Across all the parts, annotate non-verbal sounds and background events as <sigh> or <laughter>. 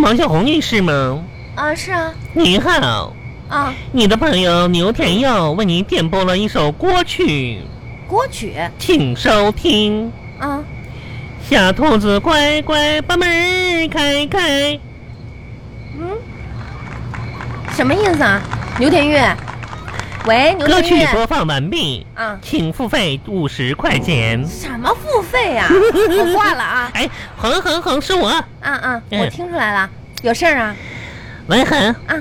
王小红女士吗？啊，是啊，你好，啊，你的朋友牛天佑为你点播了一首歌曲，歌曲，请收听。啊，小兔子乖乖把门儿开开，嗯，什么意思啊？牛天玉，喂，牛歌天曲玉，播放完毕，啊，请付费五十块钱。什么付费呀、我挂了啊，哎，恒恒恒是我，啊啊，嗯我听出来了，有事儿啊，文恒，啊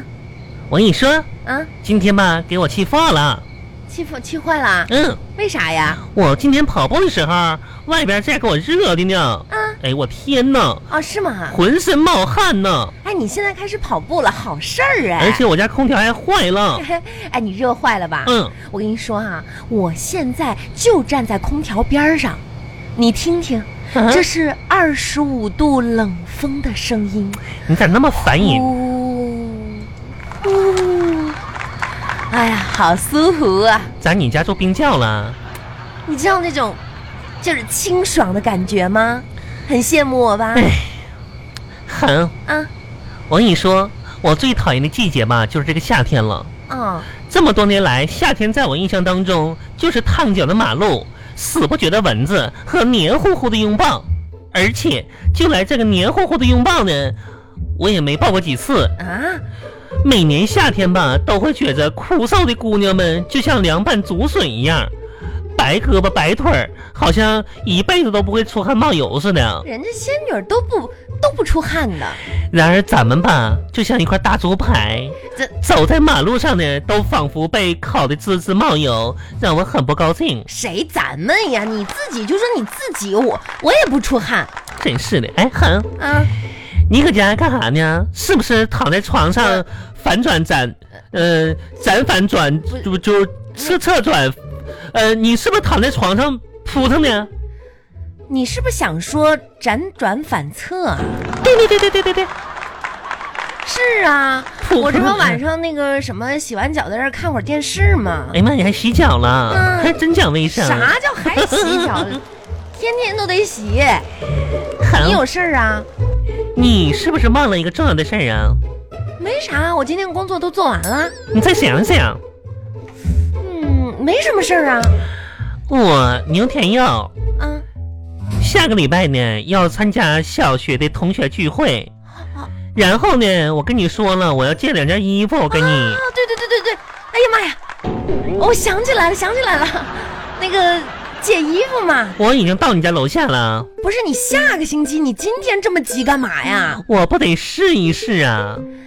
我跟你说，啊，今天吧给我气疯了。气疯气坏了，啊嗯，为啥呀？我今天跑步的时候，外边在给我热的呢。啊，哎，我天呐，哦，是吗？浑身冒汗呢，哎，你现在开始跑步了，好事儿哎。而且我家空调还坏了。 <laughs> 哎，你热坏了吧？嗯，我跟你说啊，我现在就站在空调边儿上，你听听，啊这是二十五度冷风的声音，你咋那么烦人？哦呜呜，哎呀，好舒服啊！咋你家住冰窖了？你知道那种就是清爽的感觉吗？很羡慕我吧？哎，很。啊，我跟你说，我最讨厌的季节吧，就是这个夏天了。哦，这么多年来，夏天在我印象当中就是烫脚的马路、死不绝的蚊子和黏糊糊的拥抱。而且，就来这个黏糊糊的拥抱呢，我也没抱过几次。啊，每年夏天吧，都会觉着枯燥的姑娘们就像凉拌竹笋一样，白胳膊白腿儿，好像一辈子都不会出汗冒油似的。人家仙女儿都不都不出汗的，然而咱们吧，就像一块大竹排，这走在马路上呢，都仿佛被烤得滋滋冒油，让我很不高兴。谁咱们呀？你自己就说你自己，我我也不出汗真是的，哎，恒，啊。你搁家干啥呢？是不是躺在床上反转辗，呃，辗反转就就侧侧转，呃，你是不是躺在床上扑腾呢？你是不是想说辗转反侧啊？对对对对对对对，是啊，不我这不不不晚上那个什么洗完脚在这儿看会儿电视吗哎？呀妈，你还洗脚了？嗯还真讲卫生。啥叫还洗 <laughs> 脚？天天都得洗，你恒，有事儿啊？你是不是忘了一个重要的事儿啊？没啥，我今天工作都做完了，你再想想。嗯，没什么事儿啊。我牛天佑啊，下个礼拜呢要参加小学的同学聚会啊，然后呢，我跟你说了，我要借两件衣服，我给你啊，对对对对对，哎呀妈呀，我想起来了，想起来了， <laughs> 那个借衣服嘛。我已经到你家楼下了，不是你下个星期，你今天这么急干嘛呀？我不得试一试啊？嗯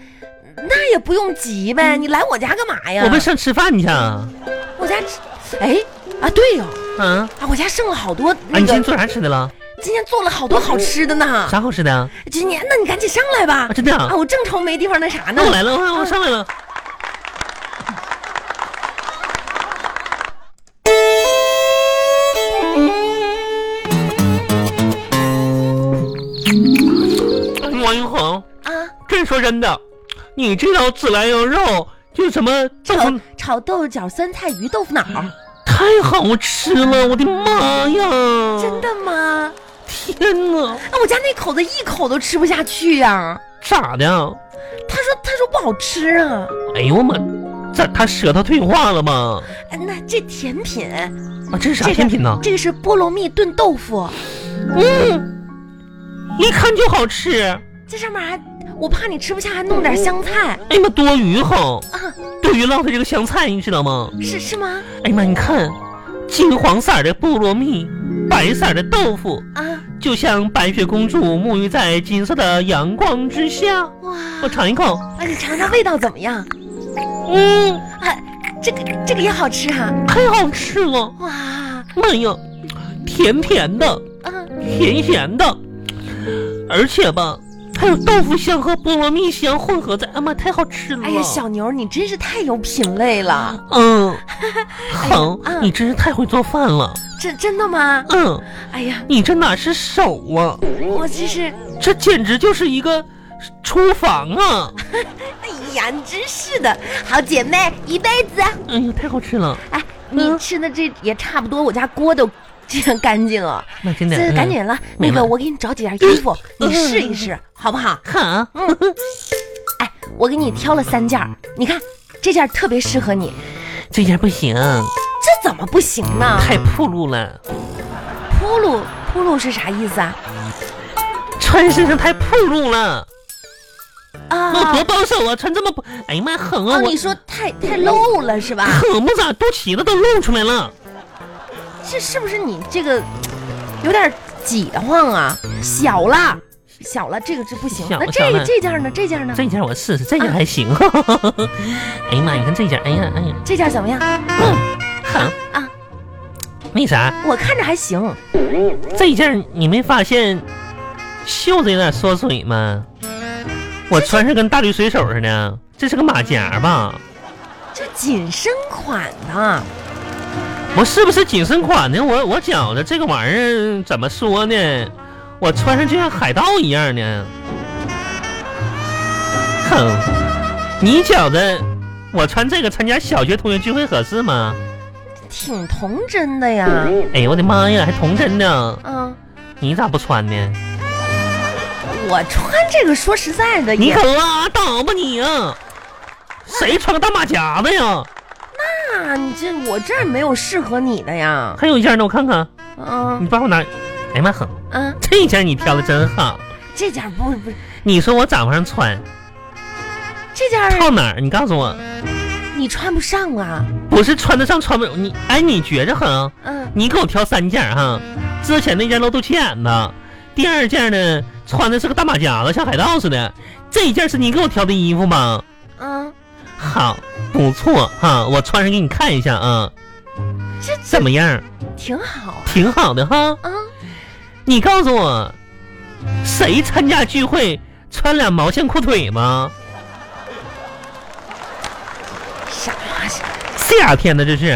那也不用急呗，你来我家干嘛呀？我不是上吃饭去啊？我家，哎啊对哟、啊，啊我家剩了好多啊，那你今个，天做啥吃的了？今天做了好多好吃的呢。啥好吃的啊？今年，那你赶紧上来吧啊，。真的啊啊，？我正愁没地方那啥呢那。我来了，我我上来了。王云红，啊，这说真的，你这道孜然羊肉就什么豆炒腐炒豆角、酸菜鱼、豆腐脑，嗯太好吃了，我的妈呀！真，的吗？天哪，啊，我家那口子一口都吃不下去呀、咋的？啊他说他说不好吃啊。哎呦我妈，咋他舌头退化了吗？哎那这甜品，啊，这是啥这个甜品呢？这个是菠萝蜜炖豆腐。嗯，一看就好吃。这上面还，我怕你吃不下，还弄点香菜哎呀妈，多余哈，啊？多余浪费这个香菜，你知道吗？是是吗？哎呀妈，你看，金黄色的菠萝蜜，白色的豆腐，啊，就像白雪公主沐浴在金色的阳光之下。哇！我尝一口，啊，你尝尝味道怎么样？嗯，啊，这个这个也好吃哈、太好吃了！哇，嗯啊，妈呀，甜甜的，咸咸的，而且吧，还有豆腐香和菠萝蜜香混合在，哎呀妈，太好吃了！哎呀，小牛，你真是太有品味了， <laughs> 嗯，好，哎嗯你真是太会做饭了。真真的吗？嗯，哎呀，你这哪是手啊，我这是，这简直就是一个厨房啊！哎呀，你真是的，好姐妹一辈子。哎呀，太好吃了。哎，你嗯吃的这也差不多，我家锅都 <laughs> 这样干净哦。那真的这，赶紧了，那嗯明白个我给你找几件衣服，你试一试，好不好？嗯好，哎，我给你挑了三件儿，你看这件儿特别适合你，这件不行，这怎么不行呢？太暴露了，铺路铺路是啥意思啊？穿身上太暴露了，那啊多，保守啊，穿这么不，哎呀妈，狠啊，哦，我你说太太露了是吧？可不咋，肚脐子都露出来了， <laughs> 这是不是你这个有点挤得慌啊？小了，小了，这个这不行。小了那这小个了这件呢？这件呢？这件我试试，啊这件还行， <laughs> 哎呀妈，你看这件，哎呀哎呀，这件怎么样？狠啊，那啥，我看着还行。这一件儿你没发现袖子有点缩水吗？我穿上跟大绿水手似的，这是个马甲吧？就紧身款的，我是不是紧身款呢？我我觉着这个玩意儿怎么说呢？我穿上就像海盗一样呢。哼，你觉着我穿这个参加小学同学聚会合适吗？挺童真的呀。哎呦我的妈呀，还童真呢！嗯，你咋不穿呢？我穿这个说实在的，你也可拉倒吧你啊！谁穿个大马甲子呀？啊，你这我这儿没有适合你的呀。还有一件呢，我看看，嗯你帮我拿。哎呀妈狠，嗯，这件你挑的真好。这件不不，你说我咋往上穿？这件儿套哪儿？你告诉我，你穿不上啊。不是穿得上穿不你哎，你觉着狠？嗯，你给我挑三件儿哈。之前那件露肚脐眼的，第二件呢穿的是个大马甲子，像海盗似的。这一件是你给我挑的衣服吗？嗯，好，不错哈，我穿上给你看一下啊，这怎么么样？挺好啊。挺好的哈。嗯，你告诉我，谁参加聚会穿俩毛线裤腿吗？啥啥夏天的这是，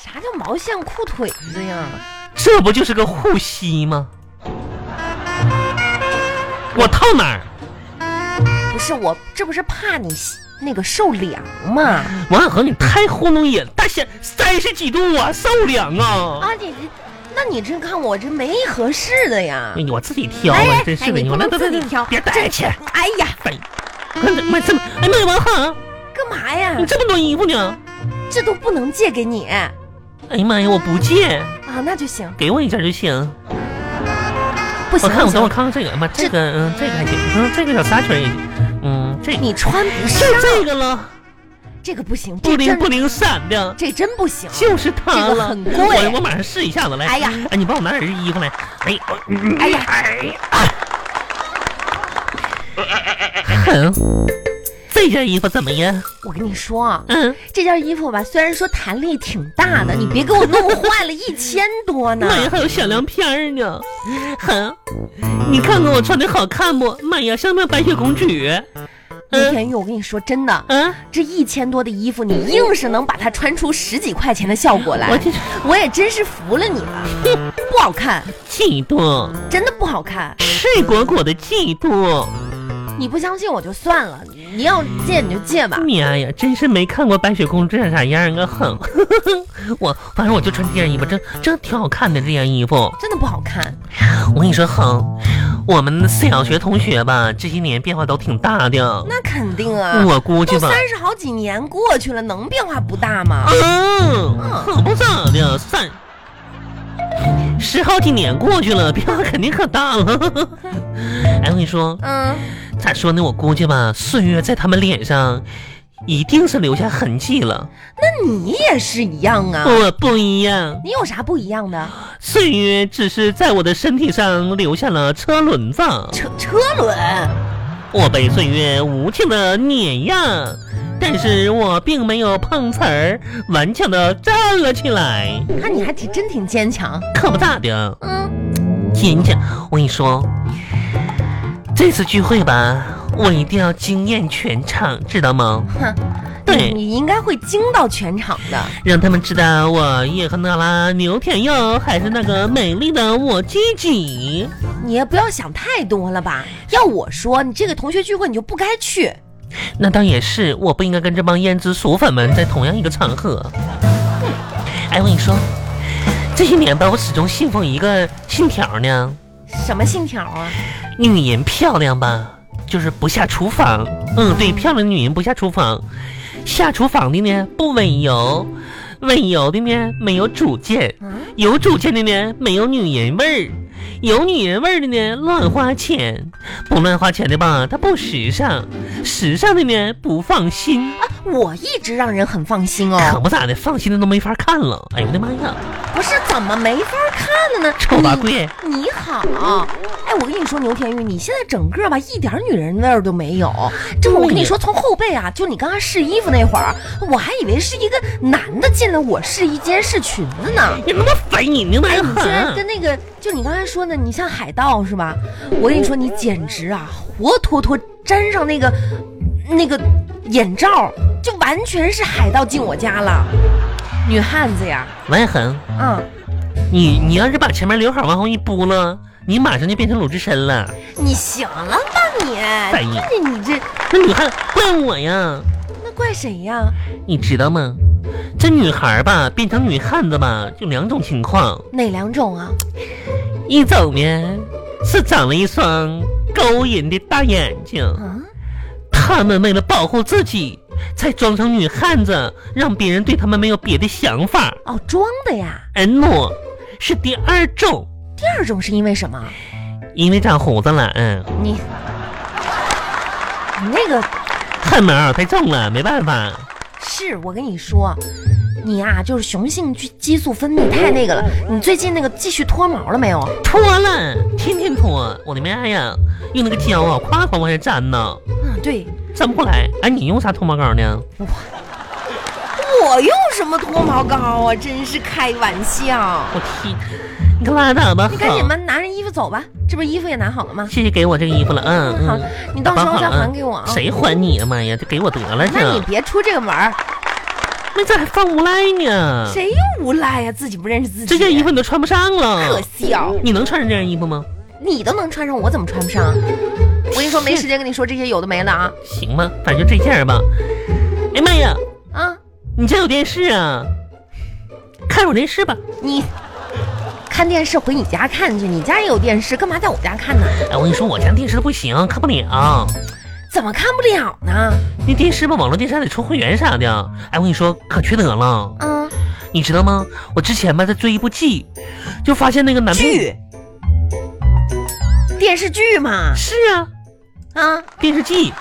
啥叫毛线裤腿子呀？这不就是个护膝吗？我套哪儿？不是我，这不是怕你那个受凉吗？王小恒，你太糊弄人！大仙三十几度啊，受凉啊！啊，你这，那你这看我这没合适的呀哎。呦我自己挑啊，哎真是的，哎你不我能自己挑别带去。哎呀，哎，看这妈这么，哎妈呀，王恒，干嘛呀你？这么多衣服呢？这都不能借给你啊？哎呀妈呀，我不借，那就行，给我一件就行。不行我看不我等我行，看看这个，妈，这个嗯，这个还行，嗯，这个小纱裙也行，嗯，这你穿不上就，这个了，这个不行，不这灵真不灵闪的，这真不行。就是它这个了。很贵我我马上试一下子来。哎呀，哎，你帮我拿点衣服来。哎，我哎呀，嗯哼，这件衣服怎么样？我跟你说啊，嗯，这件衣服吧，虽然说弹力挺大的，你别给我弄坏了一千多 <laughs> 呢妈。呀，还有响亮片儿呢。哼，你看看我穿的好看不？妈呀，像不像白雪公主？那嗯天玉，我跟你说真的，嗯，这一千多的衣服，你硬是能把它穿出十几块钱的效果来我，这我也真是服了你了。 <laughs> 不好看，嫉妒，真的不好看。赤果果的嫉妒。你不相信我就算了，你要借你就借吧。妈呀，真是没看过白雪公主长啥样啊！哼， <laughs> 我反正我就穿这件衣服，真真挺好看的这件衣服。真的不好看，我跟你说，哼，我们小学同学吧，这些年变化都挺大的。那肯定啊。我估计都吧，三十好几年过去了，能变化不大吗？嗯，可不咋的，三十好几年过去了，变化肯定可大了。哎，我跟你说，嗯，咋说呢？我估计吧，岁月在他们脸上一定是留下痕迹了。那你也是一样啊。我不一样。你有啥不一样的？岁月只是在我的身体上留下了车轮子，车车轮，我被岁月无情的碾压，但是我并没有碰瓷儿，顽强的站了起来，看你还挺真挺坚强。可不咋的，嗯，坚强。我跟你说，这次聚会吧，我一定要惊艳全场，知道吗？哼，对你你应该会惊到全场的。让他们知道我叶赫那拉牛天佑还是那个美丽的我自己。你也不要想太多了吧。要我说，你这个同学聚会你就不该去。那倒也是，我不应该跟这帮胭脂俗粉们在同样一个场合。哎，我跟你说，这些年吧，我始终信奉一个信条呢：什么信条啊？女人漂亮吧，就是不下厨房。嗯，对，漂亮的女人不下厨房，下厨房的呢不温柔，温柔的呢没有主见，嗯，有主见的呢没有女人味儿，有女人味儿的呢乱花钱，不乱花钱的吧，她不时尚，时尚的呢不放心。我一直让人很放心可哦，不咋的，放心的都没法看了。哎呦我的妈呀，不是怎么没法看了呢？臭大贵！你你好，哎，我跟你说，牛天玉，你现在整个吧一点女人味儿都没有。这么我跟你说，从后背啊，就你刚刚试衣服那会儿，我还以为是一个男的进了我试衣间试裙子呢。 <laughs> 你他妈烦你，你哎， <laughs> 你那么现在跟狠！那个，就你刚才说的，你像海盗是吧？我跟你说，你简直啊，活脱脱粘上那个那个眼罩，就完全是海盗进我家了，女汉子呀，王恒，啊、你你要是把前面刘海往后一拨了，你马上就变成鲁智深了。你行了吧你？意看着你这，那女孩怪我呀，那怪谁呀？你知道吗？这女孩吧，变成女汉子吧，就两种情况，哪两种啊？一种呢是长了一双勾人的大眼睛，啊，她们为了保护自己，才装成女汉子，让别人对她们没有别的想法。哦，装的呀。而诺是第二种，第二种是因为什么？因为长胡子了，嗯，你，你那个汗毛太重了，没办法。是我跟你说，你呀、就是雄性激激素分泌太那个了。你最近那个继续脱毛了没有？脱了，天天脱，我的妈呀！用那个胶啊，夸夸往下粘呢，嗯，对，粘不过来。哎，你用啥脱毛膏呢？我用什么脱毛膏啊？真是开玩笑！我天，你可拉倒吧！你赶紧好吧，拿着衣服走吧。这不衣服也拿好了吗？谢谢给我这个衣服了，嗯嗯，好嗯，，你到时候再还给我啊。谁还你啊？妈呀，就给我得了这，那你别出这个门儿，那这还放无赖呢？谁又无赖呀、自己不认识自己。这件衣服你都穿不上了可，笑，你能穿上这件衣服吗？你都能穿上，我怎么穿不上？我跟你说，没时间跟你说这些有的没的啊行吧，反正就这件吧。哎妈呀！啊！你家有电视啊？看会儿电视吧。你看电视回你家看去，你家也有电视，干嘛在我家看呢？哎，我跟你说，我家电视都不行，看不了。怎么看不了呢？那电视吧，网络电视还得充会员啥的。哎，我跟你说，可缺德了，嗯，你知道吗？我之前吧在追一部剧，就发现那个男配剧，电视剧嘛，是啊，啊，电视剧。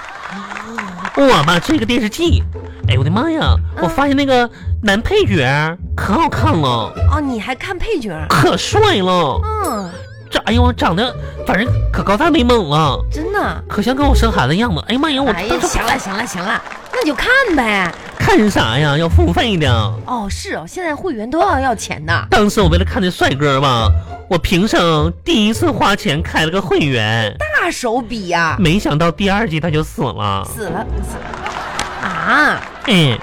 我吧追个电视剧，哎我的妈呀！我发现那个男配角可好看了，哦，你还看配角？可帅了，嗯，这哎呦长得反正可高大威猛了，真的。可像跟我生孩子样子。哎呀妈呀，我哎呀，当时行了行了行了，那你就看呗。看啥呀？要付费的。哦，是哦，现在会员都要要钱的。当时我为了看这帅哥吧，我平生第一次花钱开了个会员，大手笔呀、没想到第二季他就死了。死了死了啊！哎，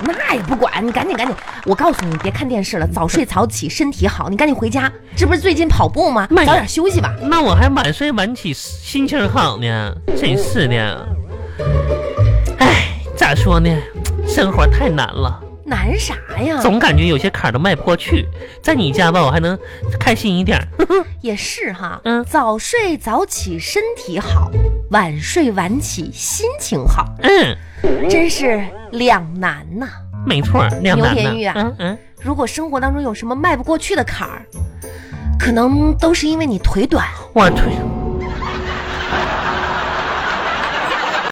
那也不管，你赶紧赶紧！我告诉你，别看电视了，早睡早起，身体好。你赶紧回家，这不是最近跑步吗？慢早点休息吧。那我还晚睡晚起，心情好呢，真是的。哎，咋说呢？生活太难了，难啥呀？总感觉有些坎儿都迈不过去。在你家吧，我还能开心一点儿。也是哈，嗯早睡早起身体好，晚睡晚起心情好，嗯，真是两难呐、没错儿，两难牛田玉呢。啊嗯嗯，如果生活当中有什么迈不过去的坎儿，可能都是因为你腿短。我腿